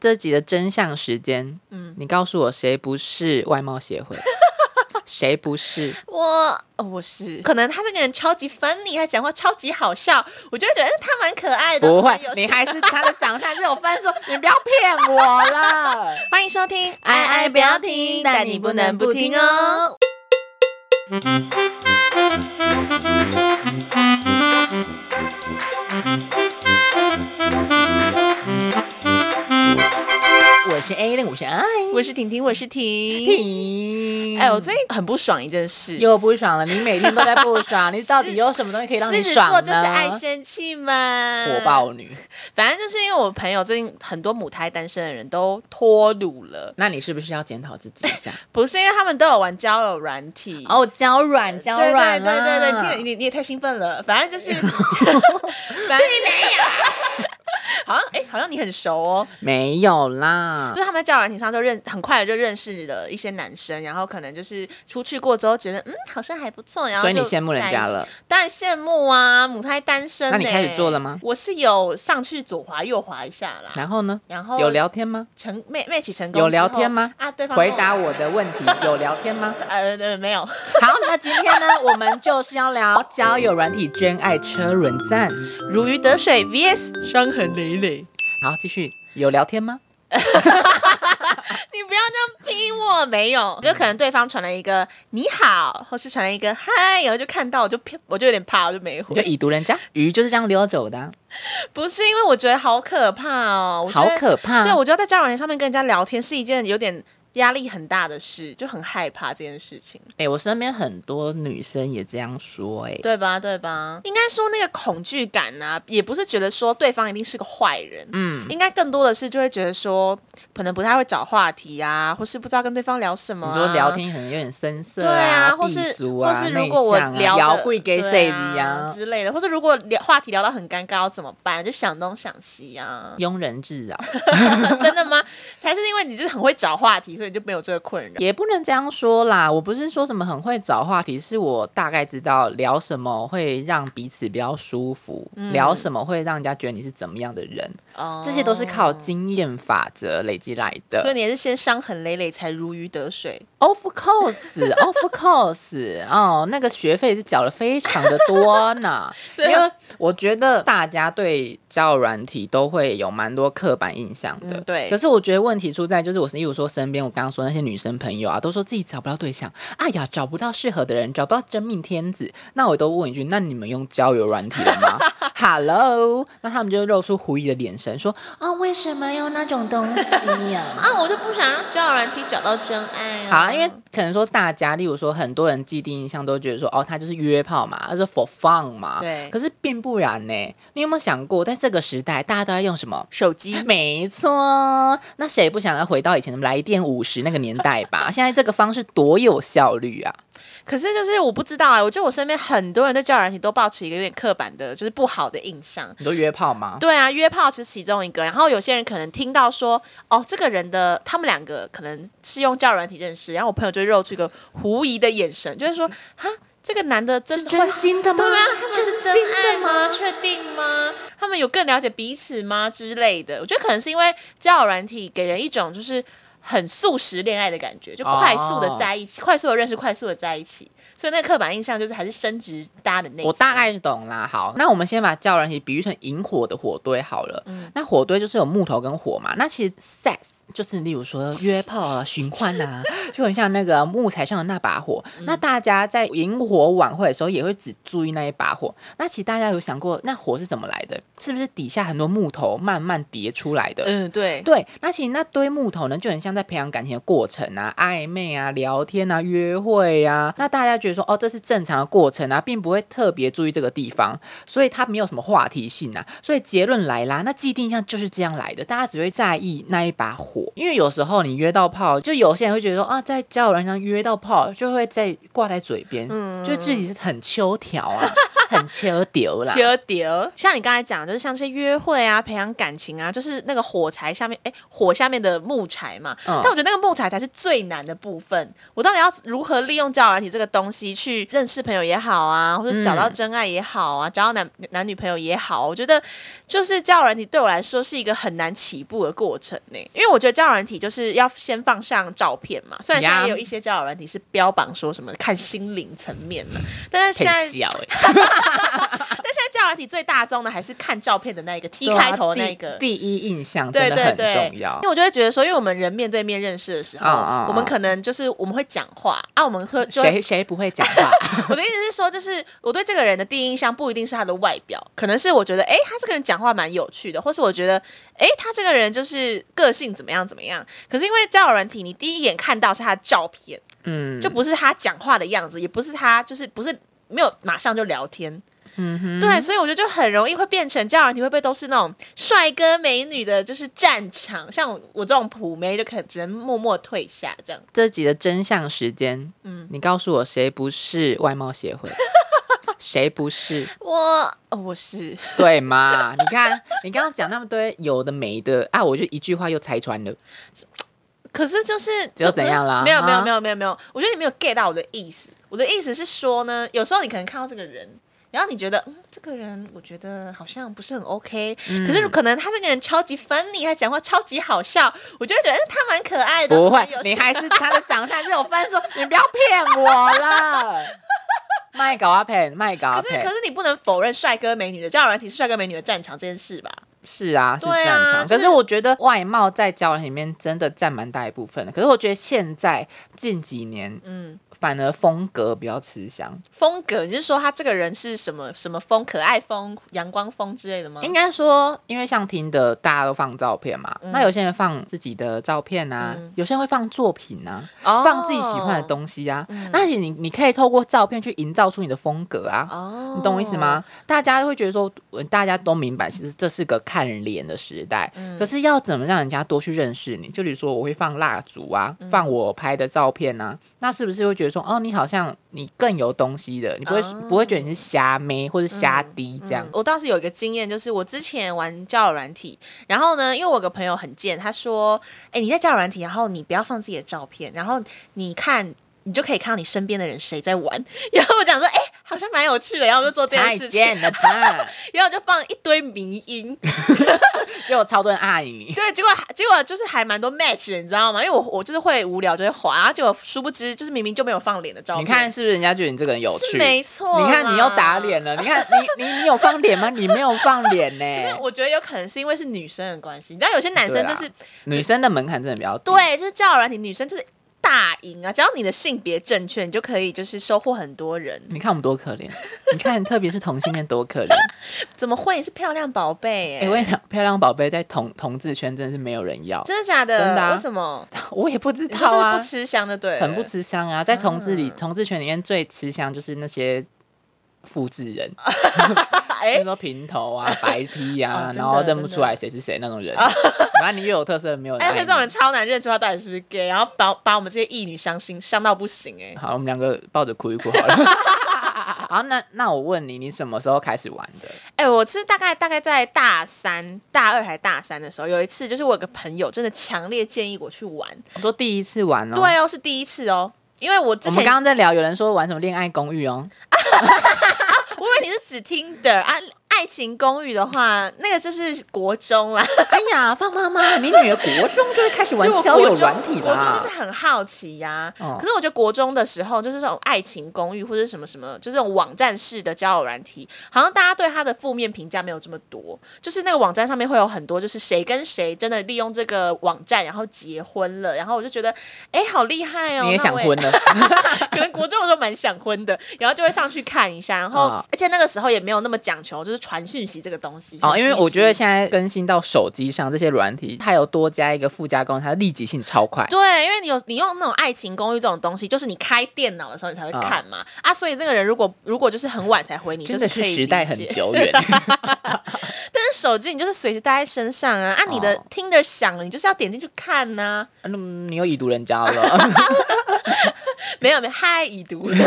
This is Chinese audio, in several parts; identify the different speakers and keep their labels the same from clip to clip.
Speaker 1: 这集的真相时间，
Speaker 2: 嗯，
Speaker 1: 你告诉我谁不是外貌协 会？谁不是？
Speaker 2: 我哦，我是可能他这个人超级 funny，他讲话超级好笑，我就会觉得、嗯他蛮可爱的。
Speaker 1: 不
Speaker 2: 蛮
Speaker 1: 会
Speaker 2: 有，
Speaker 1: 你还是他的长相就有分数， 你 不要骗我了。
Speaker 2: 欢迎收哎听，
Speaker 1: 爱爱哎不要听但你不能不听哦。我是 A 零，我是 I。
Speaker 2: 我是婷婷，我是 婷。
Speaker 1: 停
Speaker 2: 哎，我最近很不爽一件事，
Speaker 1: 又不爽了，你每天都在不 爽，你到底有什么东西可以让
Speaker 2: 狮
Speaker 1: 你
Speaker 2: 子
Speaker 1: 爽
Speaker 2: 座
Speaker 1: 呢？
Speaker 2: 就是爱生气嘛，
Speaker 1: 火。爆女，
Speaker 2: 反正就是因为我朋友最近很多母胎单身的人都脱乳了，
Speaker 1: 那你是不是要检讨自己一 下？
Speaker 2: 不是因为他们都有玩交友软体。
Speaker 1: 哦，脚软，脚
Speaker 2: 对对
Speaker 1: 软啊
Speaker 2: 对对对，你
Speaker 1: 你
Speaker 2: 你你也太兴奋了，反正就是，反正你没有，好像哎、好像你很熟哦，
Speaker 1: 没有啦
Speaker 2: 就。是他们在交友软体上就认很快地就认识了一些男生，然后可能就是出去过之后觉得嗯好像还不错，然后
Speaker 1: 所以你
Speaker 2: 就
Speaker 1: 羡慕人
Speaker 2: 在一
Speaker 1: 家
Speaker 2: 起
Speaker 1: 了，
Speaker 2: 当然羡慕啊，母胎单身、
Speaker 1: 那你开始做了吗？
Speaker 2: 我是有上去左滑右滑一下啦，
Speaker 1: 然后呢？
Speaker 2: 然后
Speaker 1: 有聊天吗？
Speaker 2: 成 match match 成功
Speaker 1: 有聊
Speaker 2: 之后
Speaker 1: 天吗
Speaker 2: 啊，对方
Speaker 1: 回
Speaker 2: 跟
Speaker 1: 答我的问题，有聊天吗？
Speaker 2: 呃呃没有，
Speaker 1: 好，那今天呢，我们就是要聊交友软体真爱车轮战，
Speaker 2: 如鱼得水 vs 伤痕累累。
Speaker 1: 好，继续有聊天吗？
Speaker 2: 你不要这样逼我，没有，就可能对方传了一个你好，或是传了一个嗨，然后就看到我就偏，我就有点怕，我就没
Speaker 1: 你就
Speaker 2: 回。
Speaker 1: 已读人家，鱼就是这样溜走的啊、
Speaker 2: 不是因为我觉得好可怕哦，我觉
Speaker 1: 好
Speaker 2: 得
Speaker 1: 可怕。
Speaker 2: 对，我觉得在交友软件上面跟人家聊天是一件有点压力很大的事，就很害怕这件事情，
Speaker 1: 哎、我身边很多女生也这样说、哎，
Speaker 2: 对吧？对吧？应该说那个恐惧感啊，也不是觉得说对方一定是个坏人，
Speaker 1: 嗯，
Speaker 2: 应该更多的是就会觉得说，可能不太会找话题啊，或是不知道跟对方聊什么、
Speaker 1: 你说聊。天可能有点深色
Speaker 2: 啊对啊，或
Speaker 1: 避
Speaker 2: 是
Speaker 1: 俗
Speaker 2: 或
Speaker 1: 啊，
Speaker 2: 是如
Speaker 1: 内
Speaker 2: 果我
Speaker 1: 向啊
Speaker 2: 聊
Speaker 1: 聊
Speaker 2: 的
Speaker 1: 贵给
Speaker 2: 对
Speaker 1: 谁
Speaker 2: 啊
Speaker 1: 呀？，
Speaker 2: 之类的，或是如果聊话题聊到很尴尬要怎么办？就想东想西啊
Speaker 1: 庸人自扰，
Speaker 2: 真的吗？才是因为你就是很会找话题，所以你就没有这个困扰。
Speaker 1: 也不能这样说啦。我不是说什么很会找话题，是我大概知道聊什么会让彼此比较舒服，
Speaker 2: 嗯
Speaker 1: 聊什么会让人家觉得你是怎么样的人，
Speaker 2: 哦
Speaker 1: 这些都是靠经验法则累积来的。
Speaker 2: 所以你也是先伤痕累累才如鱼得水。
Speaker 1: Of course，Of course，哦， 那个学费是缴了非常的多呢。
Speaker 2: 所
Speaker 1: 因
Speaker 2: 以
Speaker 1: 为我觉得大家对交友软体都会有蛮多刻板印象的，
Speaker 2: 嗯对
Speaker 1: 可是我觉得问题出在就是我，例如说身边我刚刚说那些女生朋友啊，都说自己找不到对象，哎呀，找不到适合的人，找不到真命天子。那我都问一句，那你们用交友软体了吗 ？Hello，那他们就露出狐疑的眼神，说
Speaker 3: 啊，为什么要那种东西呀、
Speaker 2: 啊，我就不想让交友软体找到真爱
Speaker 1: 好啊，因为
Speaker 2: 嗯
Speaker 1: 可能说大家，例如说很多人既定印象都觉得说，哦，他就是约炮嘛，他是 for fun 嘛。
Speaker 2: 对
Speaker 1: 可是并不然呢。你有没有想过，在这个时代，大家都在用什么？
Speaker 2: 手机
Speaker 1: 没错，那谁不想要回到以前的来电五十那个年代吧？ 现在这个方式多有效率啊！
Speaker 2: 可是就是我不知道啊、我觉得我身边很多人对交友软体都抱持一个有点刻板的，就是不好的印象。
Speaker 1: 你都约炮吗？
Speaker 2: 对啊，约炮是其中一个。然后有些人可能听到说，哦，这个人的他们两个可能是用交友软体认识，然后我朋友就露出一个狐疑的眼神，就是说，哈，这个男的真的会
Speaker 3: 真心的吗？
Speaker 2: 对啊，他们是真
Speaker 3: 心的
Speaker 2: 爱吗？确定吗？他们有更了解彼此吗？之类的，我觉得可能是因为交友软体给人一种就是很速食恋爱的感觉，就快速的在一起，快速的认识，快速的在一起，所以那个刻板印象就是还是升值搭的那一
Speaker 1: 我大
Speaker 2: 层
Speaker 1: 概是懂啦。好，那我们先把教人体比喻成引火的火堆好了。那火堆就是有木头跟火嘛。那其实 sex 就是例如说约炮啊、寻欢啊，就很像那个木材上的那把火。那大家在引火晚会的时候也会只注意那一把火。那其实大家有想过，那火是怎么来的？是不是底下很多木头慢慢叠出来的？
Speaker 2: 嗯对。
Speaker 1: 对，那其实那堆木头呢，就很像在培养感情的过程啊，暧昧啊、聊天啊、约会啊。那大家觉得说，哦，这是正常的过程啊，并不会特别注意这个地方，所以它没有什么话题性啊。所以结论来啦，那既定印象就是这样来的，大家只会在意那一把火，因为有时候你约到炮，就有些人会觉得说，啊，在
Speaker 2: 嗯
Speaker 1: 交友软件上约到炮，就会在挂在嘴边，就自己是很秋条啊。 很秋丢啦。
Speaker 2: 缺点，像你刚才讲，就是像这些约会啊、培养感情啊，就是那个火柴下面，哎，火下面的木柴嘛。
Speaker 1: 嗯
Speaker 2: 但我觉得那个木柴才是最难的部分。我到底要如何利用交友软体这个东西去认识朋友也好啊，或者找到真爱也好啊，找到男男女朋友也好，我觉得就是交友软体对我来说是一个很难起步的过程呢、欸因为我觉得交友软体就是要先放上照片嘛，虽然现在
Speaker 1: 呀
Speaker 2: 也有一些交友软体是标榜说什么看心灵层面的，但是
Speaker 1: 很
Speaker 2: 现在
Speaker 1: 小哎、
Speaker 2: 但现在交友软体最大宗的还是看照片的那一个 T
Speaker 1: 对啊
Speaker 2: 开头那一个。
Speaker 1: 第第一印象
Speaker 2: 对
Speaker 1: 真的
Speaker 2: 对
Speaker 1: 很
Speaker 2: 对，
Speaker 1: 重
Speaker 2: 因
Speaker 1: 要
Speaker 2: 为。我就会觉得说，因为我们人面对面认识的时候，
Speaker 1: 嗯嗯嗯
Speaker 2: 我们可能就是我们会讲话啊，我们会就会
Speaker 1: 谁谁不会讲 话？
Speaker 2: 我的意思是说，就是我对这个人的第一印象不一定是他的外表，可能是我觉得，哎、他这个人讲话蛮有趣的，或是我觉得，哎、他这个人就是个性怎么样怎么样。可是因为交友软体，你第一眼看到是他的照片，
Speaker 1: 嗯，
Speaker 2: 就不是他讲话的样子，也不是他就是不是没有马上就聊天。嗯哼，对，所以我觉得就很容易会变成交友软体会不会都是那种帅哥美女的，就是战场。像我我这种普妹就可能只能默默退下这样。
Speaker 1: 这集的真相时间，嗯，你告诉我谁不是外貌协会？ 谁不是？
Speaker 2: 我哦，我是
Speaker 1: 对嘛？你看，你刚刚讲那么多有的没的啊，我就一句话又拆穿 了。
Speaker 2: 可是就是嗯
Speaker 1: 只有怎样啦
Speaker 2: 没有没有
Speaker 1: 啊
Speaker 2: 没有没有没有，我觉得你没有 get 到我的意思。我的意思是说呢，有时候你可能看到这个人，然后你觉得嗯，这个人我觉得好像不是很 OK，、可
Speaker 1: 嗯
Speaker 2: 是可能他这个人超级 funny，他讲话超级好笑，我就会觉得嗯他蛮可爱的。
Speaker 1: 不会
Speaker 2: 蛮有，
Speaker 1: 你还是他的长相是有分数，你不要骗我 了。卖搞啊骗，卖搞啊
Speaker 2: 可是可
Speaker 1: 骗，
Speaker 2: 是你不能否认帅哥美女的交友软体是帅哥美女的战场这件事吧？
Speaker 1: 是啊，是
Speaker 2: 对啊
Speaker 1: 正常。
Speaker 2: 就是
Speaker 1: 可是我觉得外貌在交往里面真的占蛮大一部分的。可是我觉得现在近几年
Speaker 2: 嗯，
Speaker 1: 反而风格比较吃香，
Speaker 2: 风格你是说他这个人是什么什么风？可爱风、阳光风之类的吗？
Speaker 1: 应该说，因为像听的大家都放照片嘛，那有些人放自己的照片啊，
Speaker 2: 嗯
Speaker 1: 有些人会放作品啊，
Speaker 2: 哦嗯
Speaker 1: 放自己喜欢的东西啊。那你你可以透过照片去营造出你的风格啊。
Speaker 2: 哦，
Speaker 1: 你懂我意思？吗？大家会觉得说，呃大家都明白，其实这是个看脸的时代。
Speaker 2: 嗯
Speaker 1: 可是要怎么让人家多去认识你？就比如说，我会放蜡烛啊，
Speaker 2: 嗯
Speaker 1: 放我拍的照片啊，那是不是会觉得说，哦，你好像你更有东西的，你不会、
Speaker 2: 哦
Speaker 1: 不会觉得你是瞎妹或是瞎滴这样
Speaker 2: 嗯？我倒是有一个经验，就是我之前玩交友软体，然后呢，因为我有个朋友很贱，他说：“哎、你在交友软体，然后你不要放自己的照片，然后你看。”你就可以看到你身边的人谁在玩， 然后我讲说，哎、好像蛮有趣的，然后我就做这件
Speaker 1: 太
Speaker 2: 事情，
Speaker 1: 贱了吧！
Speaker 2: 然后我就放一堆迷 音，
Speaker 1: 结果超多人爱 你。
Speaker 2: 对，结果结果就是还蛮多 match 的，你知道吗？因为我我就是会无聊就会滑，然后结果殊不知就是明明就没有放脸的照片，
Speaker 1: 你看是不是人家觉得你这个人有
Speaker 2: 是
Speaker 1: 趣？
Speaker 2: 没错啦，
Speaker 1: 你看你又打脸了。你 看你你你有放脸吗？你没有放脸呢、
Speaker 2: 但我觉得有可能是因为是女生的关系，你知道有些男生就
Speaker 1: 对
Speaker 2: 是
Speaker 1: 啦女生的门槛真的比较低。
Speaker 2: 对，就是交友软体，女生就是大赢啊！只要你的性别正确，你就可以就是收获很多人。
Speaker 1: 你看我们多可怜，你看特别是同性恋多可 怜。
Speaker 2: 怎么会？你是漂亮宝贝
Speaker 1: 哎、
Speaker 2: 哎、
Speaker 1: 我跟你讲，漂亮宝贝在同同志圈真的是没有人要，
Speaker 2: 真的假的？
Speaker 1: 真的啊
Speaker 2: 为什么？
Speaker 1: 我也不知
Speaker 2: 你说
Speaker 1: 道
Speaker 2: 就是
Speaker 1: 啊
Speaker 2: 不，吃香就对了，
Speaker 1: 很不。吃香啊，在同志里、同志圈里面最吃香就是那些。复制 人，比
Speaker 2: 哎
Speaker 1: 如，说平头 啊、白 T
Speaker 2: 哦
Speaker 1: 啊，
Speaker 2: 真的
Speaker 1: 然后认不出来谁是谁那种人，反正你越有特色，没有人
Speaker 2: 哎，而
Speaker 1: 爱
Speaker 2: 且这种人
Speaker 1: 你。
Speaker 2: 超难认出他到底是不是 gay，然后把把我们这些异女伤心伤到不行哎、
Speaker 1: 好，我们两个抱着哭一哭好了。好，那那我问你，你什么时候开始玩的？
Speaker 2: 哎、我是大概大概在大三、大二还大三的时候，有一次就是我有个朋友真的强烈建议我去玩，
Speaker 1: 我说第一次玩哦。
Speaker 2: 对哦，是第一次哦，因为我之
Speaker 1: 我们
Speaker 2: 前
Speaker 1: 刚刚在聊，有人说玩什么恋爱公寓哦，
Speaker 2: 我以为你是指听的啊，爱情公寓的话，那个就是国中啦。
Speaker 1: 哎呀，放妈妈，你女儿国中 就是开始
Speaker 2: 就我
Speaker 1: 玩交
Speaker 2: 国
Speaker 1: 友
Speaker 2: 中
Speaker 1: 软体的、
Speaker 2: 国中
Speaker 1: 啊
Speaker 2: 就，是很好奇呀、
Speaker 1: 哦
Speaker 2: 可是我觉得国中的时候，就是这种爱情公寓或者什么什么，就这种网站式的交友软体，好像大家对它的负面评价没有这么多。就是那个网站上面会有很多，就是谁跟谁真的利用这个网站然后结婚了，然后我就觉得，哎，好厉害哦！
Speaker 1: 你也
Speaker 2: 那
Speaker 1: 想
Speaker 2: 我
Speaker 1: 婚 了？
Speaker 2: 可能国中的时候蛮想婚的，然后就会上去看一下，然后、
Speaker 1: 啊
Speaker 2: 而且那个时候也没有那么讲求就是传讯息这个东西
Speaker 1: 哦，因为我觉得
Speaker 2: 在
Speaker 1: 现在更新到手机上这些软体，它有多加一个附加功能，它立即性超快。
Speaker 2: 对，因为你有你用那种爱情公寓这种东西，就是你开电脑的时候你才会看嘛啊所以这个人如果如果就是很晚才回你，就
Speaker 1: 真的
Speaker 2: 可
Speaker 1: 是
Speaker 2: 以
Speaker 1: 时代
Speaker 2: 理
Speaker 1: 很
Speaker 2: 解
Speaker 1: 久 远，
Speaker 2: 但是手机你就是随时带在身上啊，啊，你的
Speaker 1: 哦
Speaker 2: Tinder 响了，你就是要点进去看呐、
Speaker 1: 嗯，你又已读人家了，
Speaker 2: 没有没有，嗨已读。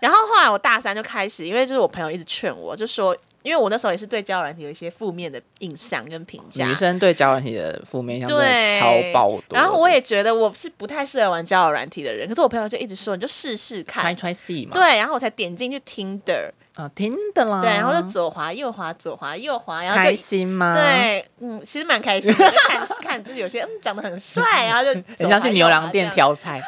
Speaker 2: 然后后来我大三就开始，因为就是我朋友一直劝我，就说，因为我那时候也是对交友软体有一些负面的印象跟评价，
Speaker 1: 女生对交友软体的负面印象真的
Speaker 2: 对
Speaker 1: 超爆多的。
Speaker 2: 然后我也觉得我是不太适合玩交友软体的人，可是我朋友就一直说你就试试
Speaker 1: try
Speaker 2: 看，
Speaker 1: try see 嘛，，
Speaker 2: 对，然后我才点进去 Tinder，
Speaker 1: 啊，听的啦，
Speaker 2: 对，然后就左滑右滑左滑右滑，然
Speaker 1: 嗯
Speaker 2: 后
Speaker 1: 开
Speaker 2: 就。
Speaker 1: 心啊吗？，
Speaker 2: 对，嗯，其实蛮开心的，就看 看就是有些嗯长得很帅，然后就
Speaker 1: 人家去牛郎店
Speaker 2: 挑，
Speaker 1: 挑 菜，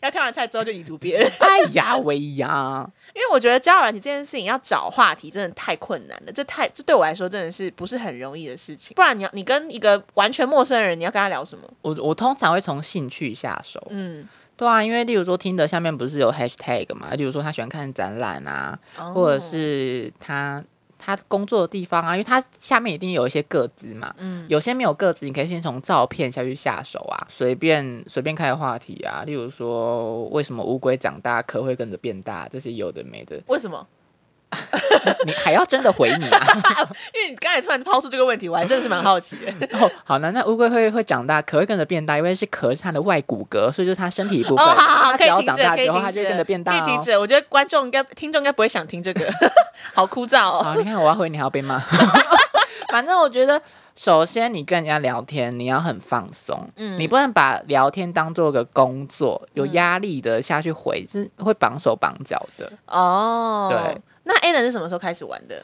Speaker 2: 然后挑完菜之后就已读别人，
Speaker 1: 哎呀喂呀，
Speaker 2: 因为我觉得交友软体这件事情要找话题真的太困难了，这太这对我来说真的是不是很容易的事情，不然你要你跟一个完全陌生人，你要跟他聊什么？
Speaker 1: 我我通常会从兴趣下手，
Speaker 2: 嗯，
Speaker 1: 对啊，因为例如说听的下面不是有 hashtag 嘛，例如说他喜欢看展览啊，
Speaker 2: 哦
Speaker 1: 或者是他他工作的地方啊，因为他下面一定有一些个资嘛，
Speaker 2: 嗯，
Speaker 1: 有些没有个资，你可以先从照片下去下手啊，随便随便开个话题啊，例如说为什么乌龟长大壳会跟着变大，这些有的没的
Speaker 2: 为什么？
Speaker 1: 你还要真的回你啊？
Speaker 2: 因为你刚才突然抛出这个问题，我还真的是蛮好奇的。
Speaker 1: 哦，好那那乌龟会会长大，壳会跟着变大，因为是壳是它的外骨骼，所以就是它身体一部
Speaker 2: 哦，
Speaker 1: 分，
Speaker 2: 好好
Speaker 1: 它
Speaker 2: 好，可
Speaker 1: 只
Speaker 2: 以
Speaker 1: 要
Speaker 2: 停
Speaker 1: 长
Speaker 2: 止了，
Speaker 1: 大
Speaker 2: 可以
Speaker 1: 之后，
Speaker 2: 停
Speaker 1: 它就会
Speaker 2: 止
Speaker 1: 跟着
Speaker 2: 了，
Speaker 1: 变
Speaker 2: 可
Speaker 1: 大
Speaker 2: 以停
Speaker 1: 哦
Speaker 2: 止。了。我觉得观众应该、听众应该不会想听这个， 好枯燥
Speaker 1: 好，
Speaker 2: 哦。
Speaker 1: 你看我要回你还要被 骂。反正我觉得，首先你跟人家聊天，你要很放松，
Speaker 2: 嗯
Speaker 1: 你不能把聊天当做个工作，有压力的下去
Speaker 2: 嗯
Speaker 1: 回，是会绑手绑脚的。
Speaker 2: 哦，
Speaker 1: 啊对。
Speaker 2: 那 a l a n 是什么时候开始玩的？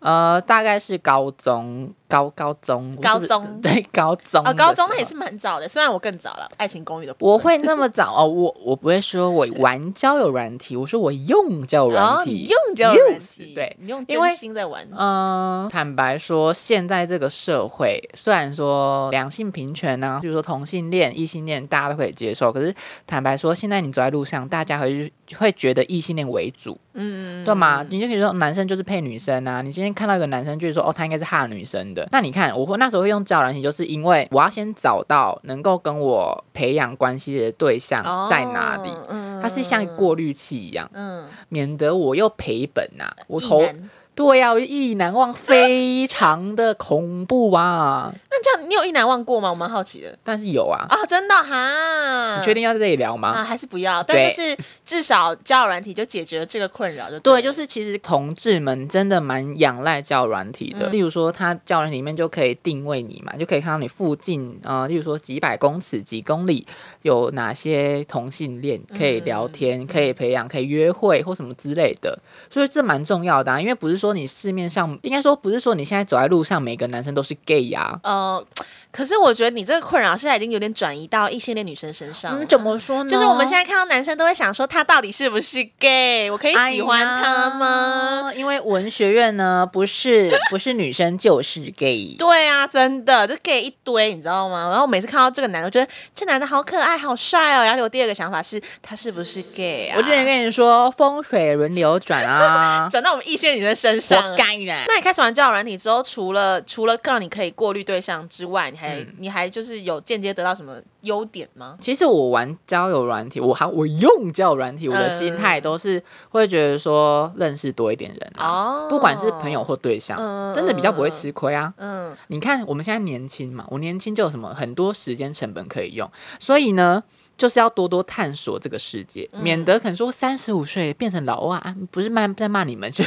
Speaker 1: 呃，大概是高中，高高中，我是不是
Speaker 2: 高 中
Speaker 1: 对高中
Speaker 2: 哦，高中那
Speaker 1: 的
Speaker 2: 也
Speaker 1: 时候
Speaker 2: 是蛮早的，虽然我更早了，《爱情公寓》的部分
Speaker 1: 我会那么早哦，我我不会说我玩交友软体，我说我用交友
Speaker 2: 哦
Speaker 1: 软，体，
Speaker 2: 你用交友软
Speaker 1: Use，
Speaker 2: 体，
Speaker 1: 对
Speaker 2: 你用
Speaker 1: 因为
Speaker 2: 真心在玩，
Speaker 1: 嗯，坦白说，现在这个社会虽然说两性平权呢、啊，比如说同性恋、异性恋，大家都可以接受。可是坦白说，现在你走在路上，大家会会觉得异性恋为主，
Speaker 2: 嗯，
Speaker 1: 对吗？你就可以说男生就是配女生啊。你今天看到一个男生，就会说哦，他应该是哈女生的。那你看，我会那时候会用交友软体，就是因为我要先找到能够跟我培养关系的对象
Speaker 2: 哦
Speaker 1: 在哪里。
Speaker 2: 嗯
Speaker 1: 它是像过滤器一样，
Speaker 2: 嗯，
Speaker 1: 免得我又赔本呐、我
Speaker 2: 意
Speaker 1: 投
Speaker 2: 男
Speaker 1: 对呀、我意难忘，非常的恐怖啊！
Speaker 2: 那这样你有意难忘过吗？我蛮好奇的
Speaker 1: 但是有啊，
Speaker 2: 啊，真的哈，
Speaker 1: 你确定要在这里聊吗？
Speaker 2: 啊，还是不要，
Speaker 1: 对
Speaker 2: 但就是至少交友软体就解决了这个困扰，就
Speaker 1: 对，
Speaker 2: 了
Speaker 1: 就是其实同志们真的蛮仰赖交友软体的，
Speaker 2: 嗯
Speaker 1: 例如说，它交友软体里面就可以定位你嘛，就可以看到你附近呃，例如说几百公尺、几公里有哪些同性恋可以聊天、可以培养、可以约会或什么之类的，所以这蛮重要的、啊，因为不是说你市面上，应该说不是说你现在走在路上每个男生都是 gay 啊呀、
Speaker 2: 呃，可是我觉得你这个困扰现在已经有点转移到异性恋女生身上了。
Speaker 1: 嗯么说呢
Speaker 2: 就是我们现在看到男生都会想说，他到底是不是 gay？我可以哎喜欢他吗？
Speaker 1: 哎哎呀因为文学院呢，不 是不是女生就是 gay。
Speaker 2: 对啊，真的就 gay 一堆，你知道吗？然后我每次看到这个男的，我觉得这男的好可爱、好帅哦。然后我第二个想法是，他是不是 gay 啊？
Speaker 1: 我之前跟你说，风水轮流转 啊，
Speaker 2: 转到我们异性恋女生身上
Speaker 1: 活
Speaker 2: 了。
Speaker 1: 该啦。
Speaker 2: 那你开始玩交友软体之后，除了除了让你可以过滤对象之外，你还、
Speaker 1: 嗯
Speaker 2: 你还就是有间接得到什么优点吗？
Speaker 1: 其实我玩交友软体，我还我用交友软体，我的心态都是会觉得说认识多一点人啊，
Speaker 2: 哦，
Speaker 1: 不管是朋友或对象，
Speaker 2: 嗯
Speaker 1: 真的比较不会吃亏啊。
Speaker 2: 嗯，
Speaker 1: 你看我们现在年轻嘛，我年轻就有什么很多时间成本可以用，所以呢，就是要多多探索这个世界，
Speaker 2: 嗯
Speaker 1: 免得可能说三十五岁变成老外啊，不是骂在骂你们， 是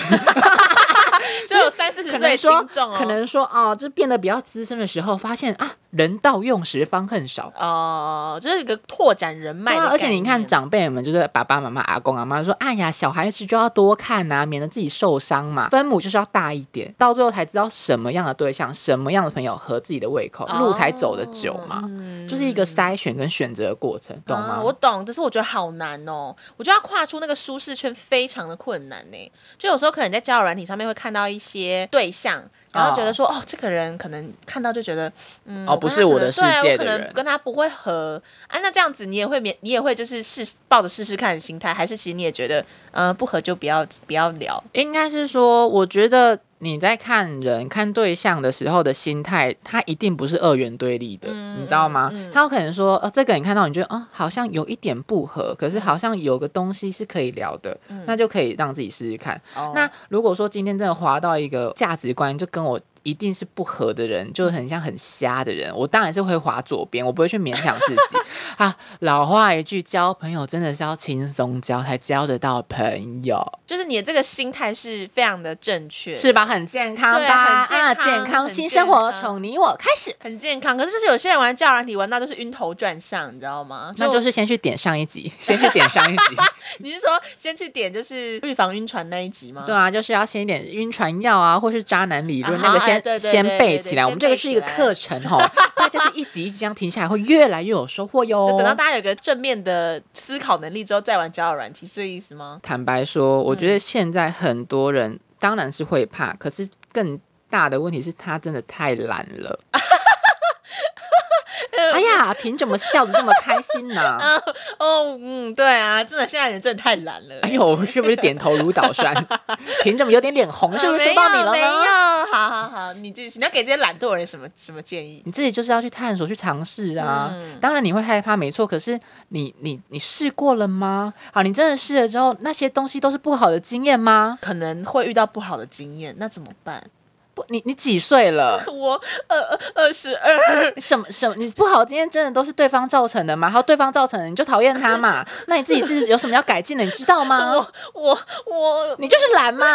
Speaker 2: 就有三四十
Speaker 1: 可
Speaker 2: 岁
Speaker 1: 能
Speaker 2: 的
Speaker 1: 说
Speaker 2: 听众哦，
Speaker 1: 可能说哦，这变得比较资深的时候，发现啊，人到用时方恨少。
Speaker 2: 哦，就是一个拓展人脉
Speaker 1: 对
Speaker 2: 的、哦
Speaker 1: 啊，而且你看，，长辈们就是爸爸妈妈、阿公阿妈说：“哎呀，小孩子就要多看呐、免得自己受伤嘛。”分母就是要大一点，到最后才知道什么样的对象、什么样的朋友合自己的胃
Speaker 2: 哦
Speaker 1: 口，路才走得久嘛。
Speaker 2: 嗯
Speaker 1: 就是一个筛选跟选择的过程，懂吗？
Speaker 2: 啊我懂，但是我觉得好难哦。我觉得要跨出那个舒适圈非常的困难呢。就有时候可能你在交友软体上面会看到一些对象，然后觉得说，哦这个人可能看到就觉得，嗯，
Speaker 1: 啊哦
Speaker 2: 我
Speaker 1: 不
Speaker 2: 跟
Speaker 1: 是
Speaker 2: 他可
Speaker 1: 我的
Speaker 2: 能
Speaker 1: 世
Speaker 2: 对啊
Speaker 1: 界
Speaker 2: 我可
Speaker 1: 的
Speaker 2: 能
Speaker 1: 人
Speaker 2: 跟他不会合啊。那这样子你也会免，你也会就是试抱着试试看的心态，还是其实你也觉得，呃，不合就不要不要聊。
Speaker 1: 应该是说，我觉得你在看人、看对象的时候的心态，它一定不是二元对立的，
Speaker 2: 嗯
Speaker 1: 你知道吗？他有可能说，呃，这个人看到你觉得，哦、好像有一点不合，可是
Speaker 2: 嗯
Speaker 1: 好像有个东西是可以聊的，那就可以让自己试试看。
Speaker 2: 哦
Speaker 1: 那如果说今天真的滑到一个价值观就跟我一定是不合的人，就很像很瞎的人，我当然是会划左边，我不会去勉强自 己啊。老话一句，交朋友真的是要轻松交，才交得到朋友，
Speaker 2: 就是你的这个心态是非常的正确，
Speaker 1: 是吧？？很健康
Speaker 2: 对
Speaker 1: 吧？
Speaker 2: 很健
Speaker 1: 啊，
Speaker 2: 康
Speaker 1: 健康
Speaker 2: 很
Speaker 1: 新
Speaker 2: 健
Speaker 1: 生活，
Speaker 2: 康
Speaker 1: 从你我开始。
Speaker 2: 很健康，可是就是有些人玩教软体玩到就是晕头转向，你知道吗？
Speaker 1: 那就是先去点上一集，先去点上一集。
Speaker 2: 你是说先去点就是预防晕船那一集吗？
Speaker 1: 对啊，就是要先一点晕船药啊，或是渣男理论、
Speaker 2: 嗯啊
Speaker 1: 那个先、
Speaker 2: 好哎对对
Speaker 1: 先
Speaker 2: 对
Speaker 1: 背
Speaker 2: 对
Speaker 1: 起
Speaker 2: 对
Speaker 1: 来。我
Speaker 2: 先
Speaker 1: 们这个
Speaker 2: 背
Speaker 1: 是
Speaker 2: 起
Speaker 1: 一个
Speaker 2: 来
Speaker 1: 课程哈，大家是一集一集这样停下来，会越来越有收获哟。
Speaker 2: 就等到大家有个正面的思考能力之后，再玩交友软体，是这个意思吗？
Speaker 1: 坦白说，
Speaker 2: 嗯
Speaker 1: 我觉得现在很多人当然是会怕，可是更大的问题是他真的太懒了。哎呀，凭什么笑得这么开心呢、
Speaker 2: 哦，嗯，对啊，真的，现在人真的太懒 了。
Speaker 1: 哎呦，是不是点头如捣蒜？ 凭什么有点脸红？
Speaker 2: 啊，
Speaker 1: 是不是说到你了
Speaker 2: 没有，没
Speaker 1: 呢？
Speaker 2: 有好好好，你继续。你要给这些懒惰人什么什么建议？
Speaker 1: 你自己就是要去探索、去尝试啊。
Speaker 2: 嗯
Speaker 1: 当然你会害怕，没错。可是你、你、你试过了吗？好，你真的试了之后，那些东西都是不好的经验吗？
Speaker 2: 可能会遇到不好的经验，那怎么办？
Speaker 1: 不，你你几岁了？
Speaker 2: 我二二二十二，
Speaker 1: 什么什么？你不好，今天真的都是对方造成的吗？还有对方造成的，你就讨厌他 嘛？那你自己是有什么要改进的，你知道吗？
Speaker 2: 我我
Speaker 1: 你就是懒 嘛。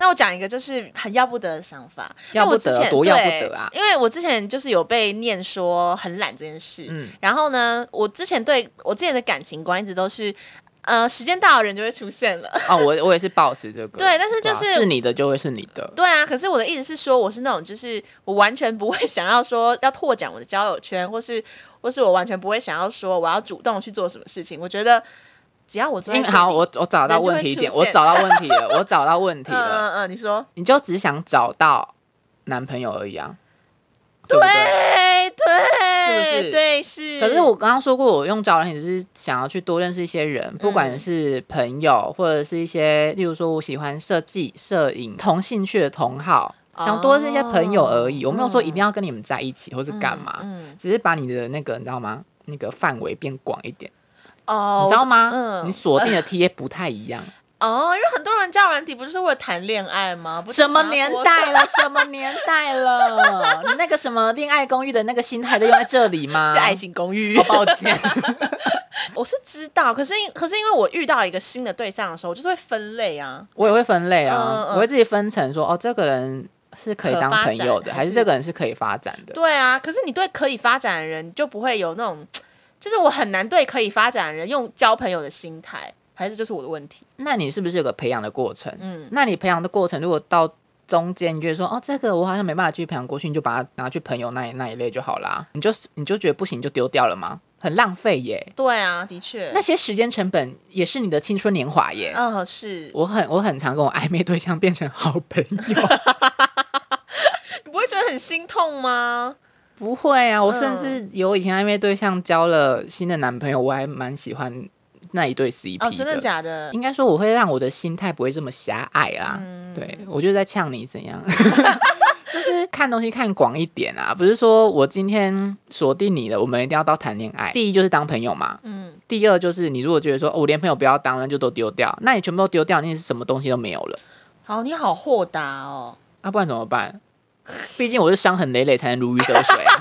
Speaker 2: 那我讲一个就是很要不得的想法，
Speaker 1: 要不得
Speaker 2: 因为我之前
Speaker 1: 多要不
Speaker 2: 对
Speaker 1: 得啊
Speaker 2: 因为我之前就是有被念说很懒这件事，
Speaker 1: 嗯
Speaker 2: 然后呢，我之前对我之前的感情观一直都是，呃，时间到了人就会出现了。
Speaker 1: 哦，我我也是 boss 这个。
Speaker 2: 对但是就是
Speaker 1: 对啊是你的就会是你的。
Speaker 2: 对啊，可是我的意思是说，我是那种就是我完全不会 想要说要拓展我的交友圈，或是或是我完全不会想要说我要主动去做什么事情。我觉得只要我坐在
Speaker 1: 因
Speaker 2: 这里，
Speaker 1: 好，我我找到问题点，
Speaker 2: 人就
Speaker 1: 我
Speaker 2: 会出现
Speaker 1: 找到问题了，我找到问题
Speaker 2: 嗯
Speaker 1: 了。
Speaker 2: 嗯嗯，你说
Speaker 1: 你就只想找到男朋友而已啊，对
Speaker 2: 对
Speaker 1: 不对？
Speaker 2: 对，
Speaker 1: 是不是
Speaker 2: 对是。
Speaker 1: 可是我刚刚说过，我用找人也是想要去多认识一些人，不管
Speaker 2: 嗯
Speaker 1: 是朋友或者是一些，例如说我喜欢设计、摄影，同兴趣的同好，想多认识一些朋友而已。
Speaker 2: 哦
Speaker 1: 我没有说一定要跟你们在一起，或是干嘛，
Speaker 2: 嗯嗯
Speaker 1: 只是把你的那个你知道吗？那个范围变广一点，
Speaker 2: 哦，
Speaker 1: 你知道吗？
Speaker 2: 嗯
Speaker 1: 你锁定的 T A 不太一样。
Speaker 2: 哦，因为很多人交友软体不就是为了谈恋爱吗？不是
Speaker 1: 什么
Speaker 2: 想要
Speaker 1: 年
Speaker 2: 多
Speaker 1: 代了？什么年代了？你那个什么恋爱公寓的那个心态都用在这里吗？
Speaker 2: 是爱情公寓
Speaker 1: 哦，？抱歉。
Speaker 2: 啊我是知道，可是因可是因为我遇到一个新的对象的时候，我就是会分类啊。
Speaker 1: 我也会分类啊，
Speaker 2: 嗯嗯
Speaker 1: 我会自己分成说，哦，这个人是可以当朋友的，
Speaker 2: 可发展
Speaker 1: 还
Speaker 2: 还
Speaker 1: 是
Speaker 2: 是
Speaker 1: 这个人是可以发展的？
Speaker 2: 对啊，可是你对可以发展的人就不会有那种，就是我很难对可以发展的人用交朋友的心态，还是就是我的问题。
Speaker 1: 那你是不是有个培养的过程？
Speaker 2: 嗯
Speaker 1: 那你培养的过程，如果到中间你觉得说，哦，这个我好像没办法继续培养过去，你就把它拿去朋友那一那一类就好啦。你就你就觉得不行，你就丢掉了吗？很浪费耶，
Speaker 2: 对啊，的确，
Speaker 1: 那些时间成本也是你的青春年华耶。
Speaker 2: 嗯是，
Speaker 1: 我很我很常跟我暧昧对象变成好朋友，
Speaker 2: 你不会觉得很心痛吗？
Speaker 1: 不会啊，我甚
Speaker 2: 嗯
Speaker 1: 至有以前暧昧对象交了新的男朋友，我还蛮喜欢那一对 CP
Speaker 2: 哦，真的假的？
Speaker 1: 应该说我会让我的心态不会这么狭隘啦。对，我就是在呛你怎样。 就是看东西看广一点啊，不是说我今天锁定你了，我们一定要到谈恋爱。第一就是当朋友嘛，
Speaker 2: 嗯，
Speaker 1: 第二就是你如果觉得说、哦我连朋友不要当了，就都丢掉，那你全部都丢掉，那你是什么东西都没有了，
Speaker 2: 好，你好豁达哦。
Speaker 1: 啊，不然怎么办？毕竟我是伤痕累累才能如鱼得水、 啊，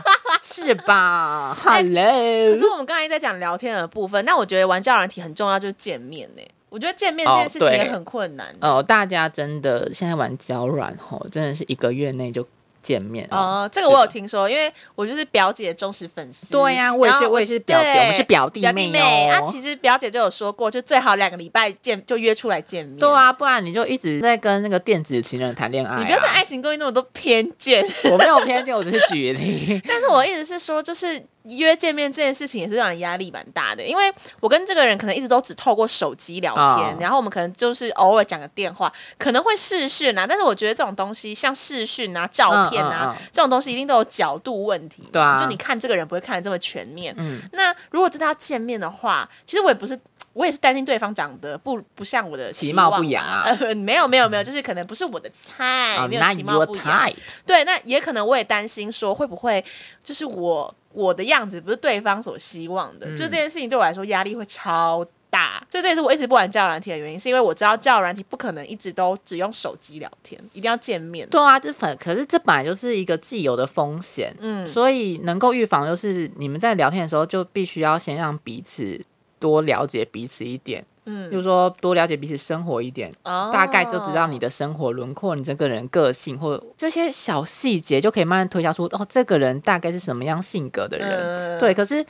Speaker 1: 是吧？Hello，、
Speaker 2: 哎可是我们刚才在讲聊天的部分，那我觉得玩交友软体很重要，就是见面呢、我觉得见面这件事情
Speaker 1: 哦对
Speaker 2: 也很困难。
Speaker 1: 哦，大家真的现在玩娇软吼，真的是一个月内就见面
Speaker 2: 哦，这个
Speaker 1: 是的
Speaker 2: 我有听说，因为我就是表姐的忠实粉丝。
Speaker 1: 对呀我也是
Speaker 2: 然后
Speaker 1: 我也是表
Speaker 2: 对
Speaker 1: 表我们是表弟妹
Speaker 2: 表
Speaker 1: 哦
Speaker 2: 弟妹。啊，其实表姐就有说过，就最好两个礼拜见，就约出来见面。
Speaker 1: 对，啊，不然你就一直在跟那个电子情人谈恋爱、啊。
Speaker 2: 你不要对哎爱情公寓那么多偏见。
Speaker 1: 我没有偏见，我只是举 例。
Speaker 2: 但是我一直是说，就是约见面这件事情也是让人压力蛮大的，因为我跟这个人可能一直都只透过手机聊天，
Speaker 1: 啊
Speaker 2: 然后我们可能就是偶尔讲个电话，可能会视讯啊，但是我觉得这种东西像视讯啊、照片啊、
Speaker 1: 嗯嗯
Speaker 2: 这种东西，一定都有角度问题嘛，
Speaker 1: 对啊
Speaker 2: 就你看这个人不会看的这么全面。
Speaker 1: 嗯
Speaker 2: 那如果真的要见面的话，其实我也不是。我也是担心对方长得不不像我的
Speaker 1: 其
Speaker 2: 期
Speaker 1: 貌
Speaker 2: 望
Speaker 1: 不扬啊
Speaker 2: 呃， 没有没有没有，就是可能不是我的菜，
Speaker 1: 啊
Speaker 2: 哎没有
Speaker 1: ，Not
Speaker 2: 其貌
Speaker 1: your
Speaker 2: 不扬。
Speaker 1: type。
Speaker 2: 对，那也可能我也担心说会不会
Speaker 1: 嗯
Speaker 2: 就是我我的样子不是对方所希望的，就这件事情对我来说压力会超大，所以这也是我一直不玩交友软体的原因，是因为我知道交友软体不可能一直都只用手机聊天，一定要见面。
Speaker 1: 对啊，这反可是这本来就是一个既有的风险，
Speaker 2: 嗯
Speaker 1: 所以能够预防就是你们在聊天的时候就必须要先让彼此多了解彼此一点，比
Speaker 2: 嗯，
Speaker 1: 如说多了解彼此生活一点，
Speaker 2: 哦
Speaker 1: 大概就知道你的生活轮廓、你这个人个性或这些小细节，就可以慢慢推敲出哦，这个人大概是什么样性格的人。
Speaker 2: 嗯
Speaker 1: 对，，可是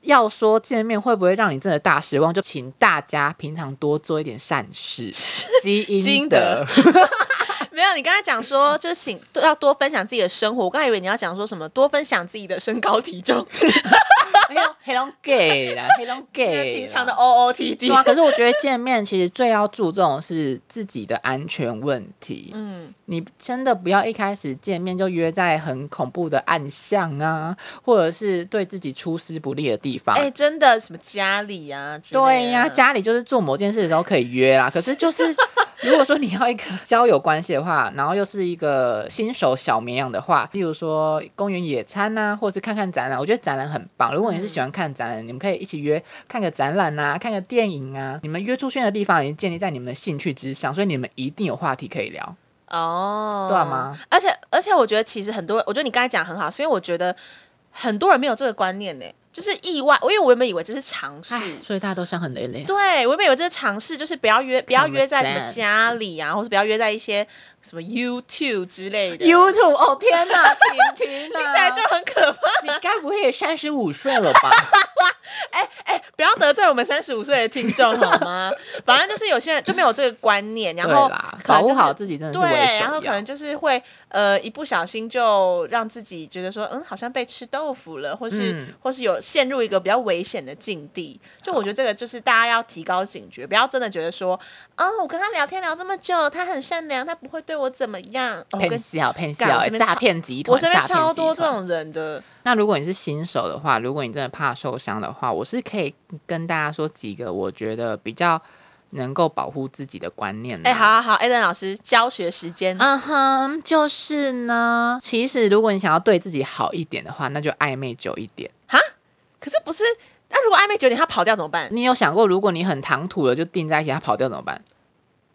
Speaker 1: 要说见面会不会让你真的大失望，就请大家平常多做一点善 事，积阴
Speaker 2: 阴
Speaker 1: 德
Speaker 2: 德。 没有，你刚才讲说就是请都要多分享自己的生活，我刚才以为你要讲说什么多分享自己的身高体重，
Speaker 1: 黑龙 黑龙 gay 啦，黑龙 gay 啦
Speaker 2: 平常的 O O T D
Speaker 1: 对啊，可是我觉 得见面其实最要注重的是自己的安全问题。
Speaker 2: 嗯，
Speaker 1: 你真的不要一开始见面就约在很恐怖的暗巷啊，或者是对自己出师不利的地方。
Speaker 2: 哎、真的什么家里啊之类的，
Speaker 1: 对呀、家里就是做某件事的时候可以约 啦。可是就是，如果说你要一个交友关系的话，然后又是一个新手小绵羊的话，例如说公园野餐呐、或者是看看展览，我觉得展览很棒。如果你是喜欢看展览，你们可以一起约看个展览啊，看个电影啊。你们约出去的地方已经建立在你们的兴趣之上，所以你们一定有话题可以聊。
Speaker 2: 哦，
Speaker 1: 对啊吗？
Speaker 2: 而且而且，我觉得其实很多，我觉得你刚才讲得很好，是因为我觉得很多人没有这个观念呢，就是意外。我因为我原本以为这是尝试，
Speaker 1: 所以大家都伤痕累累。
Speaker 2: 对我原本以为这是尝试，就是不要约不要约在什
Speaker 1: Common
Speaker 2: 么
Speaker 1: sense
Speaker 2: 家里啊，或是不要约在一些什么 YouTube 之类的
Speaker 1: YouTube，哦天 哪，婷婷
Speaker 2: 听
Speaker 1: 啊，
Speaker 2: 起来就很可怕。
Speaker 1: 你该不会也三十五岁了吧？
Speaker 2: 哎哎，不要得罪我们三十五岁的听众好吗？反正就是有些人就没有这个观念， 然后
Speaker 1: 对啦
Speaker 2: 可
Speaker 1: 保
Speaker 2: 能
Speaker 1: 护
Speaker 2: 就是
Speaker 1: 好自己真的是为首
Speaker 2: 对，然后
Speaker 1: 要
Speaker 2: 可能就是会呃一不小心就让自己觉得说，嗯，好像被吃豆腐了，或是、
Speaker 1: 嗯
Speaker 2: 或是有陷入一个比较危险的境地。就我觉得这个就是大家要提高警觉，不要真的觉得说，啊、我跟他聊天聊这么久，他很善良，他不会对我怎么样。哦、我
Speaker 1: 骗
Speaker 2: 跟
Speaker 1: 笑骗
Speaker 2: 干
Speaker 1: 笑，
Speaker 2: 我
Speaker 1: 欸
Speaker 2: 身边
Speaker 1: 诈
Speaker 2: 超
Speaker 1: 骗集团，
Speaker 2: 我身边
Speaker 1: 诈骗
Speaker 2: 超
Speaker 1: 集
Speaker 2: 多这
Speaker 1: 团。
Speaker 2: 种人的，
Speaker 1: 那如果你是新手的话，如果你真的怕受伤的话，我是可以跟大家说几个我觉得比较能够保护自己的观念。啊
Speaker 2: 哎、好。好好，艾伦老师教学时间，
Speaker 1: 嗯哼，就是呢。其实，如果你想要对自己好一点的话，那就暧昧久一点。
Speaker 2: 可是不是？那如果暧昧九点他跑掉怎么办？
Speaker 1: 你有想过，如果你很唐突了就定在一起，他跑掉怎么办？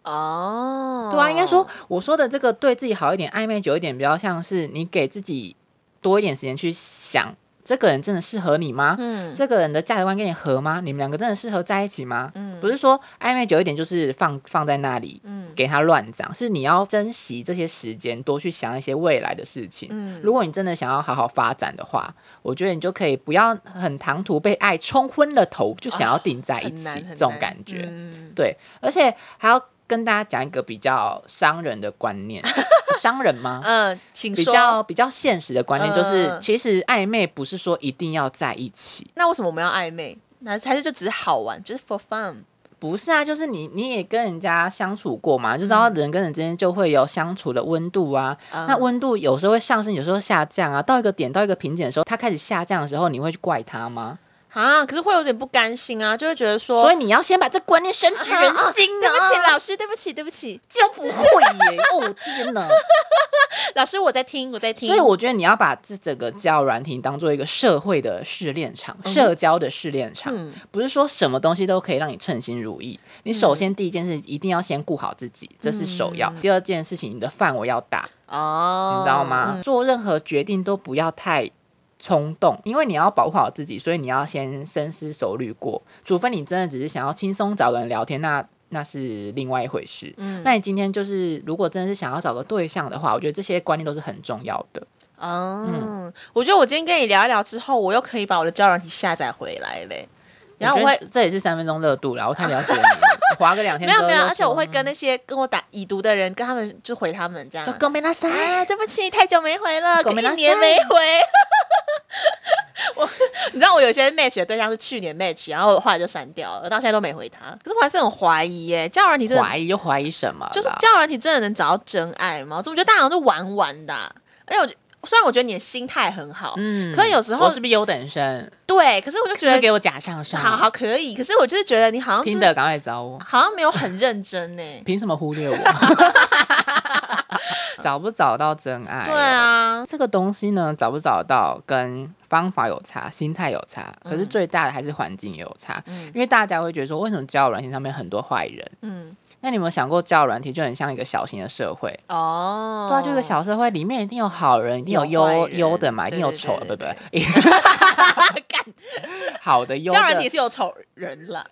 Speaker 2: 哦，
Speaker 1: 对啊，应该说我说的这个对自己好一点，暧昧久一点，比较像是你给自己多一点时间去想，这个人真的适合你吗？
Speaker 2: 嗯，
Speaker 1: 这个人的价值观跟你合吗？你们两个真的适合在一起吗？
Speaker 2: 嗯
Speaker 1: 不是说暧昧久一点就是放放在那里，
Speaker 2: 嗯
Speaker 1: 给它乱长，是你要珍惜这些时间，多去想一些未来的事情。
Speaker 2: 嗯
Speaker 1: 如果你真的想要好好发展的话，我觉得你就可以不要很唐突被爱冲昏了头，就想要定在一
Speaker 2: 很
Speaker 1: 起、
Speaker 2: 难很
Speaker 1: 这种
Speaker 2: 难
Speaker 1: 感觉。
Speaker 2: 嗯
Speaker 1: 对，而且还要跟大家讲一个比较伤人的观念， 伤人吗？
Speaker 2: 嗯，请
Speaker 1: 比
Speaker 2: 说。
Speaker 1: 较比较现实的观念就是，
Speaker 2: 嗯
Speaker 1: 其实暧昧不是说一定要在一起，
Speaker 2: 那为什么我们要暧昧？那还是就只是好玩，就是 for fun。
Speaker 1: 不是啊，就是你你也跟人家相处过嘛，就知道人跟人之间就会有相处的温度啊。
Speaker 2: 嗯
Speaker 1: 那温度有时候会上升，有时候下降啊。到一个点，到一个瓶颈的时候，它开始下降的时候，你会去怪它吗？
Speaker 2: 啊，可是会有点不甘心啊，就会觉得说，
Speaker 1: 所以你要先把这观念深植
Speaker 2: 啊
Speaker 1: 人
Speaker 2: 啊
Speaker 1: 心
Speaker 2: 对不起，
Speaker 1: 啊！
Speaker 2: 老师，对不起，对不起，
Speaker 3: 就不会耶！哦天哪，
Speaker 2: 老师，我在听，我在听。
Speaker 1: 所以我觉得你要把这整个交友软体当做一个社会的试炼场，社交的试炼场，
Speaker 2: 嗯
Speaker 1: 不是说什么东西都可以让你称心如意。你首先第一件事一定要先顾好自己，这是首要。
Speaker 2: 嗯
Speaker 1: 第二件事情，你的范围要大。
Speaker 2: 哦，
Speaker 1: 你知道吗？做任何决定都不要太冲动，因为你要保护好自己，所以你要先深思熟虑过。除非你真的只是想要轻松找个人聊天，那那是另外一回事。
Speaker 2: 嗯
Speaker 1: 那你今天就是如果真的是想要找个对象的话，我觉得这些观念都是很重要的。
Speaker 2: 哦，
Speaker 1: 嗯
Speaker 2: 我觉得我今天跟你聊一聊之后，我又可以把我的交友软体下载回来嘞。然后我
Speaker 1: 我
Speaker 2: 会
Speaker 1: 觉得这也是三分钟热度啦，我太了解你 了，划个两天
Speaker 2: 没有没
Speaker 1: 之
Speaker 2: 有，
Speaker 1: 后就
Speaker 2: 而且我会
Speaker 1: 说
Speaker 2: 跟那些跟我打已读的人，跟他们就回他
Speaker 1: 嗯
Speaker 2: 们这样
Speaker 3: 说。公没那啥，
Speaker 1: 啊
Speaker 2: 哎，对不起，太久没回了，
Speaker 1: 狗没
Speaker 2: 一
Speaker 1: 拉
Speaker 2: 年
Speaker 1: 塞
Speaker 2: 没回。我，你知道 我有些 match 的对象是去年 match，然后我后来就删掉了，我到现在都没回他。可是我还是很怀疑耶，交友软体真的
Speaker 1: 怀疑又怀疑什么啦？
Speaker 2: 就是交友软体真的能找到真爱吗？我怎么觉得大家好像是玩玩的啊、而且我觉虽然我觉得你的心态很好，
Speaker 1: 嗯
Speaker 2: 可是有时候
Speaker 1: 我是不是优等生？
Speaker 2: 对，可是我就是
Speaker 1: 不
Speaker 2: 觉
Speaker 1: 是
Speaker 2: 得
Speaker 1: 给我假上上？
Speaker 2: 好好可以，可是我就是觉得你好像就
Speaker 1: 听
Speaker 2: 是
Speaker 1: 的赶快找我，
Speaker 2: 好像没有很认真呢、
Speaker 1: 凭什么忽略我？找不找到真爱？
Speaker 2: 对，啊，
Speaker 1: 这个东西呢，找不找到跟方法有差，心态有差，可是最大的还是环境也有差。
Speaker 2: 嗯
Speaker 1: 因为大家会觉得说，为什么交友软件上面很多坏人？
Speaker 2: 嗯，
Speaker 1: 那你有没有想过，交友软体就很像一个小型的社会？
Speaker 2: 哦，
Speaker 1: 对啊，就一个小社会，里面一定有好人，一定有
Speaker 2: 有坏
Speaker 1: 优
Speaker 2: 人
Speaker 1: 优的嘛，一定有
Speaker 2: 对对
Speaker 1: 丑的，对
Speaker 2: 对
Speaker 1: 不
Speaker 2: 对
Speaker 1: 对？
Speaker 2: 干，
Speaker 1: 好的优
Speaker 2: 当然也
Speaker 1: 的，
Speaker 2: 是有丑人啦，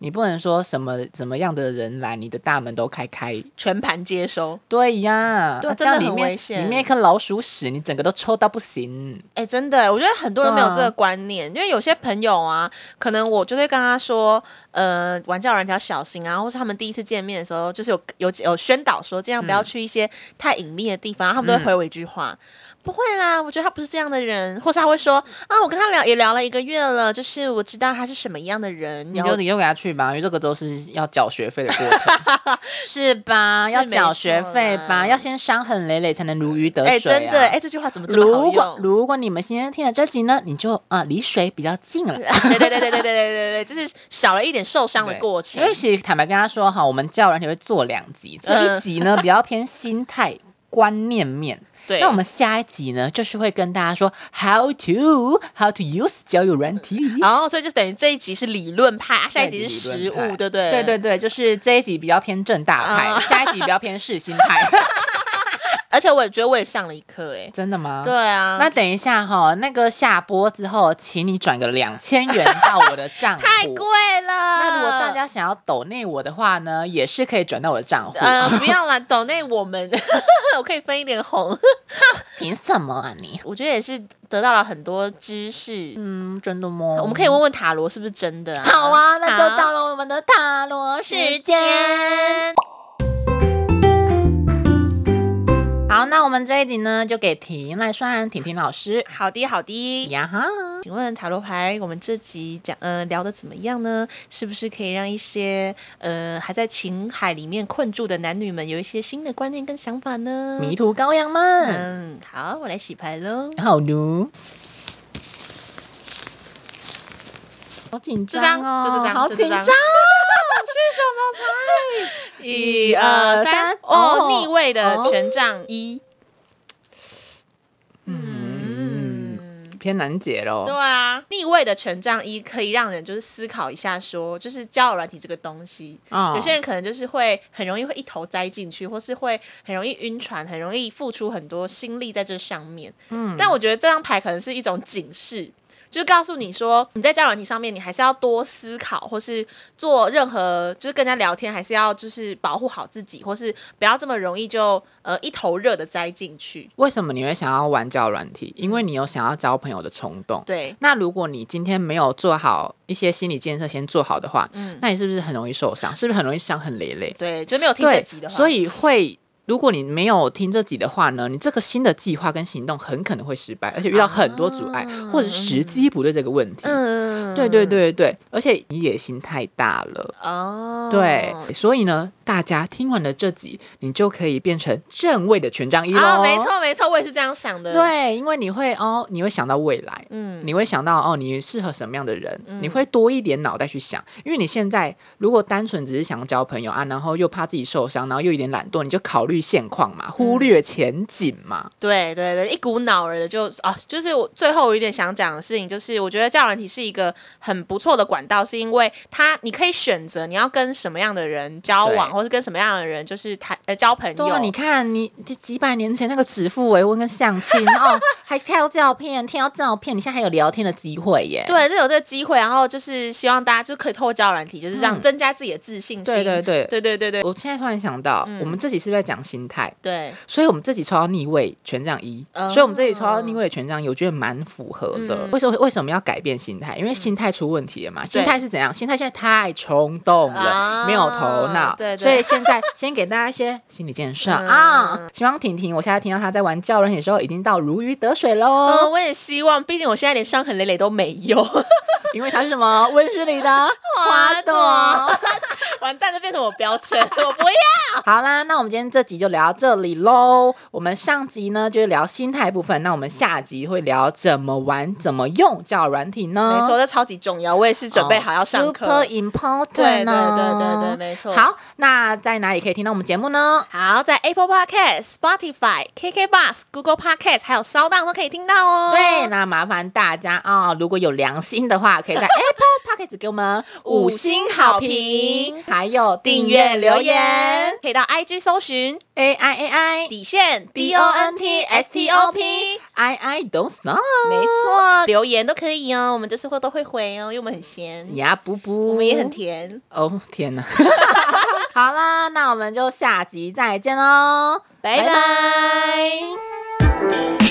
Speaker 1: 你不能说什么怎么样的人来，你的大门都开开。
Speaker 2: 全盘接收。
Speaker 1: 对呀，
Speaker 2: 对啊
Speaker 1: 啊
Speaker 2: 真的
Speaker 1: 这样里
Speaker 2: 很
Speaker 1: 面
Speaker 2: 危险
Speaker 1: 里面一颗老鼠屎，你整个都臭到不行。
Speaker 2: 哎、真的，我觉得很多人没有这
Speaker 1: 对啊
Speaker 2: 个观念，因为有些朋友啊，可能我就会跟他说，呃，玩交友软件要小心啊，或是他们第一次见面的时候，就是有有有宣导说，尽量不
Speaker 1: 嗯
Speaker 2: 要去一些太隐秘的地方，然后他们都会回我一句话。不会啦，我觉得他不是这样的人，或是他会说啊，我跟他聊也聊了一个月了，就是我知道他是什么样的人，
Speaker 1: 你
Speaker 2: 然后
Speaker 1: 就你就给他去吧，因为这个都是要缴学费的过程， 是吧？
Speaker 2: 是
Speaker 1: 要
Speaker 2: 没
Speaker 1: 缴学
Speaker 2: 错
Speaker 1: 费
Speaker 2: 啦
Speaker 1: 吧，要先伤痕累累才能如鱼得水、
Speaker 2: 哎、
Speaker 1: 啊。
Speaker 2: 真的，哎、这句话怎么这么好
Speaker 1: 如
Speaker 2: 用？
Speaker 1: 果如果你们今天听了这集呢，你就啊、离水比较近 了。
Speaker 2: 对对对对对对对对对，就是少了一点受伤的
Speaker 1: 对
Speaker 2: 过程，
Speaker 1: 因为其实坦白跟他说哈，我们教软体会做两集，
Speaker 2: 嗯
Speaker 1: 这一集 呢比较偏心态。观念面，
Speaker 2: 对，
Speaker 1: 那我们下一集呢，就是会跟大家说 how to how to use 交友软体。啊
Speaker 2: 然后所以就等于这一集是理论派，啊下一
Speaker 1: 理
Speaker 2: 集是实
Speaker 1: 论派
Speaker 2: 物，对不对？
Speaker 1: 对对。对，就是这一集比较偏正大派，
Speaker 2: 啊
Speaker 1: 下一集比较偏世新 派。
Speaker 2: 而且我也觉得我也上了一课，哎，
Speaker 1: 真的吗？
Speaker 2: 对。啊，
Speaker 1: 那等一下哈，那个下播之后，请你转个两千元到我的账户。
Speaker 2: 太贵了。
Speaker 1: 那
Speaker 2: 那
Speaker 1: 如果大。家想要抖内我的话呢，也是可以转到我的账户。
Speaker 2: 呃，不要啦，抖内我们， 我可以分一点红。
Speaker 1: 凭什么啊你？
Speaker 2: 我觉得也是得到了很多知识，
Speaker 1: 嗯，真的吗？
Speaker 2: 我们可以问问塔罗是不是真的啊？
Speaker 3: 好啊，那就
Speaker 2: 好
Speaker 3: 到了我们的塔罗时
Speaker 2: 时
Speaker 1: 嗯
Speaker 3: 间。
Speaker 2: 间。
Speaker 1: 好，那我们这一集呢，就给婷来算婷婷老师
Speaker 2: 好的，好的。
Speaker 1: 呀哈。
Speaker 2: 请问塔罗牌，我们这集讲呃聊的怎么样呢？是不是可以让一些呃还在情海里面困住的男女们有一些新的观念跟想法呢？
Speaker 1: 迷途羔羊们，
Speaker 2: 嗯，好，我来洗牌喽。
Speaker 1: 好的。好紧
Speaker 2: 这张
Speaker 1: 张哦，
Speaker 2: 就这张
Speaker 1: 好
Speaker 2: 就
Speaker 1: 紧
Speaker 2: 这张
Speaker 1: 张。
Speaker 2: 一
Speaker 1: 二三
Speaker 2: 哦
Speaker 1: 哦，
Speaker 2: 逆位的
Speaker 1: 哦
Speaker 2: 权杖一。
Speaker 1: 嗯，偏难解喽
Speaker 2: 对。啊，逆位的权杖一可以让人就是思考一下说就是交友软体这个东西，
Speaker 1: 啊
Speaker 2: 有些人可能就是会很容易会一头栽进去，或是会很容易晕船，很容易付出很多心力在这上面。嗯，但我觉得这张牌可能是一种警示。就是告诉你说，你在交友软体上面，你还是要多思考，或是做任何，就是跟人家聊天，还是要就是保护好自己，或是不要这么容易就呃一头热的栽进去。
Speaker 1: 为什么你会想要玩交友软体？因为你有想要交朋友的冲动。
Speaker 2: 对，
Speaker 1: 那如果你今天没有做好一些心理建设，先做好的话，
Speaker 2: 嗯，
Speaker 1: 那你是不是很容易受伤？是不是很容易伤痕累累？
Speaker 2: 对，就没有听这
Speaker 1: 对
Speaker 2: 集的，话，
Speaker 1: 所以会。如果你没有听这集的话呢，你这个新的计划跟行动很可能会失败，而且遇到很多阻碍，
Speaker 2: 啊
Speaker 1: 或者是时机不对这个问题。
Speaker 2: 嗯，
Speaker 1: 对对对对，而且你野心太大了。
Speaker 2: 哦，
Speaker 1: 对，所以呢，大家听完了这集，你就可以变成正位的权杖一喽、
Speaker 2: 啊，没。错没错，我也是这样想的。，
Speaker 1: 对，因为你会哦，你会想到未来，
Speaker 2: 嗯，
Speaker 1: 你会想到哦，你适合什么样的人，你会多一点脑袋去想，因为你现在如果单纯只是想交朋友啊，然后又怕自己受伤，然后又有点懒惰，你就考虑现况嘛，忽略前景嘛。
Speaker 2: 对对对，一股脑儿的就啊，就是我最后有一点想讲的事情，就是我觉得教软体是一个很不错的管道，是因为它你可以选择你要跟什么样的人交往，
Speaker 1: 对
Speaker 2: 或是跟什么样的人就是谈呃交朋
Speaker 1: 对啊，
Speaker 2: 友。
Speaker 1: 你看你这几百年前那个指腹为婚跟相亲 哦，
Speaker 3: 还挑照片，挑照片，你现在还有聊天的机
Speaker 1: 机会耶。
Speaker 2: 对，就有这个机会，然后就是希望大家就可以透过交友软体，就是让
Speaker 1: 嗯
Speaker 2: 增加自己的自信心。
Speaker 1: 对对对
Speaker 2: 对对对对
Speaker 1: 我现在突然想到，
Speaker 2: 嗯
Speaker 1: 我们自己是不是在讲心态？
Speaker 2: 对，
Speaker 1: 所以我们自己抽到逆位权杖一、
Speaker 2: 哦
Speaker 1: 所以我们自己抽到逆位权杖一，我觉得蛮符合的。
Speaker 2: 嗯
Speaker 1: 为什么为什么要改变心态？因为心态出问题了嘛。心态是怎样？心态现在太冲动了，
Speaker 2: 啊
Speaker 1: 没有头脑。
Speaker 2: 对对
Speaker 1: 所以现在先给大家一些心理建设
Speaker 2: 嗯
Speaker 1: 啊。希望婷婷，我现在听到她在玩教人体的时候，已经到如鱼得水
Speaker 2: 嗯，
Speaker 1: 喽。
Speaker 2: 我也希望，毕竟我现在连伤痕累累都没有。
Speaker 1: 因为她是什么温室里的花朵。
Speaker 2: 完蛋，这变成我标签，我不要。
Speaker 1: 好啦，那我们今天这集就聊到这里喽。我们上集呢就是聊心态部分，那我们下集会聊怎么玩、怎么用交友软体呢？哦
Speaker 2: 没错，，这超级重要，我也是准备好要上课。
Speaker 3: ，super important，
Speaker 2: 对对对
Speaker 3: 哦
Speaker 2: 对对，没错。，
Speaker 1: 好，那在哪里可以听到我们节目呢？
Speaker 2: 好，在 Apple Podcast、Spotify、KK Bus、Google Podcast 还有 s o u n 都可以听到哦。
Speaker 1: 对，那麻烦大家啊、如果有良心的话， 可以在 Apple Podcast 给我们
Speaker 2: 五星好评，
Speaker 1: 还有
Speaker 2: 订
Speaker 1: 订
Speaker 2: 阅
Speaker 1: 阅
Speaker 2: 留
Speaker 1: 留
Speaker 2: 言
Speaker 1: 言，
Speaker 2: 可以到 IG 搜 寻
Speaker 1: A I A I
Speaker 2: 底线
Speaker 1: D O N T S T O P I I don't know，
Speaker 2: 没错，留言都可以哦，我们就是会都会回哦，因为我们很闲，
Speaker 1: 呀不不，
Speaker 2: 我们也很甜。
Speaker 1: 哦，天哪！ 好啦，那我们就下集再见喽，
Speaker 2: 拜拜。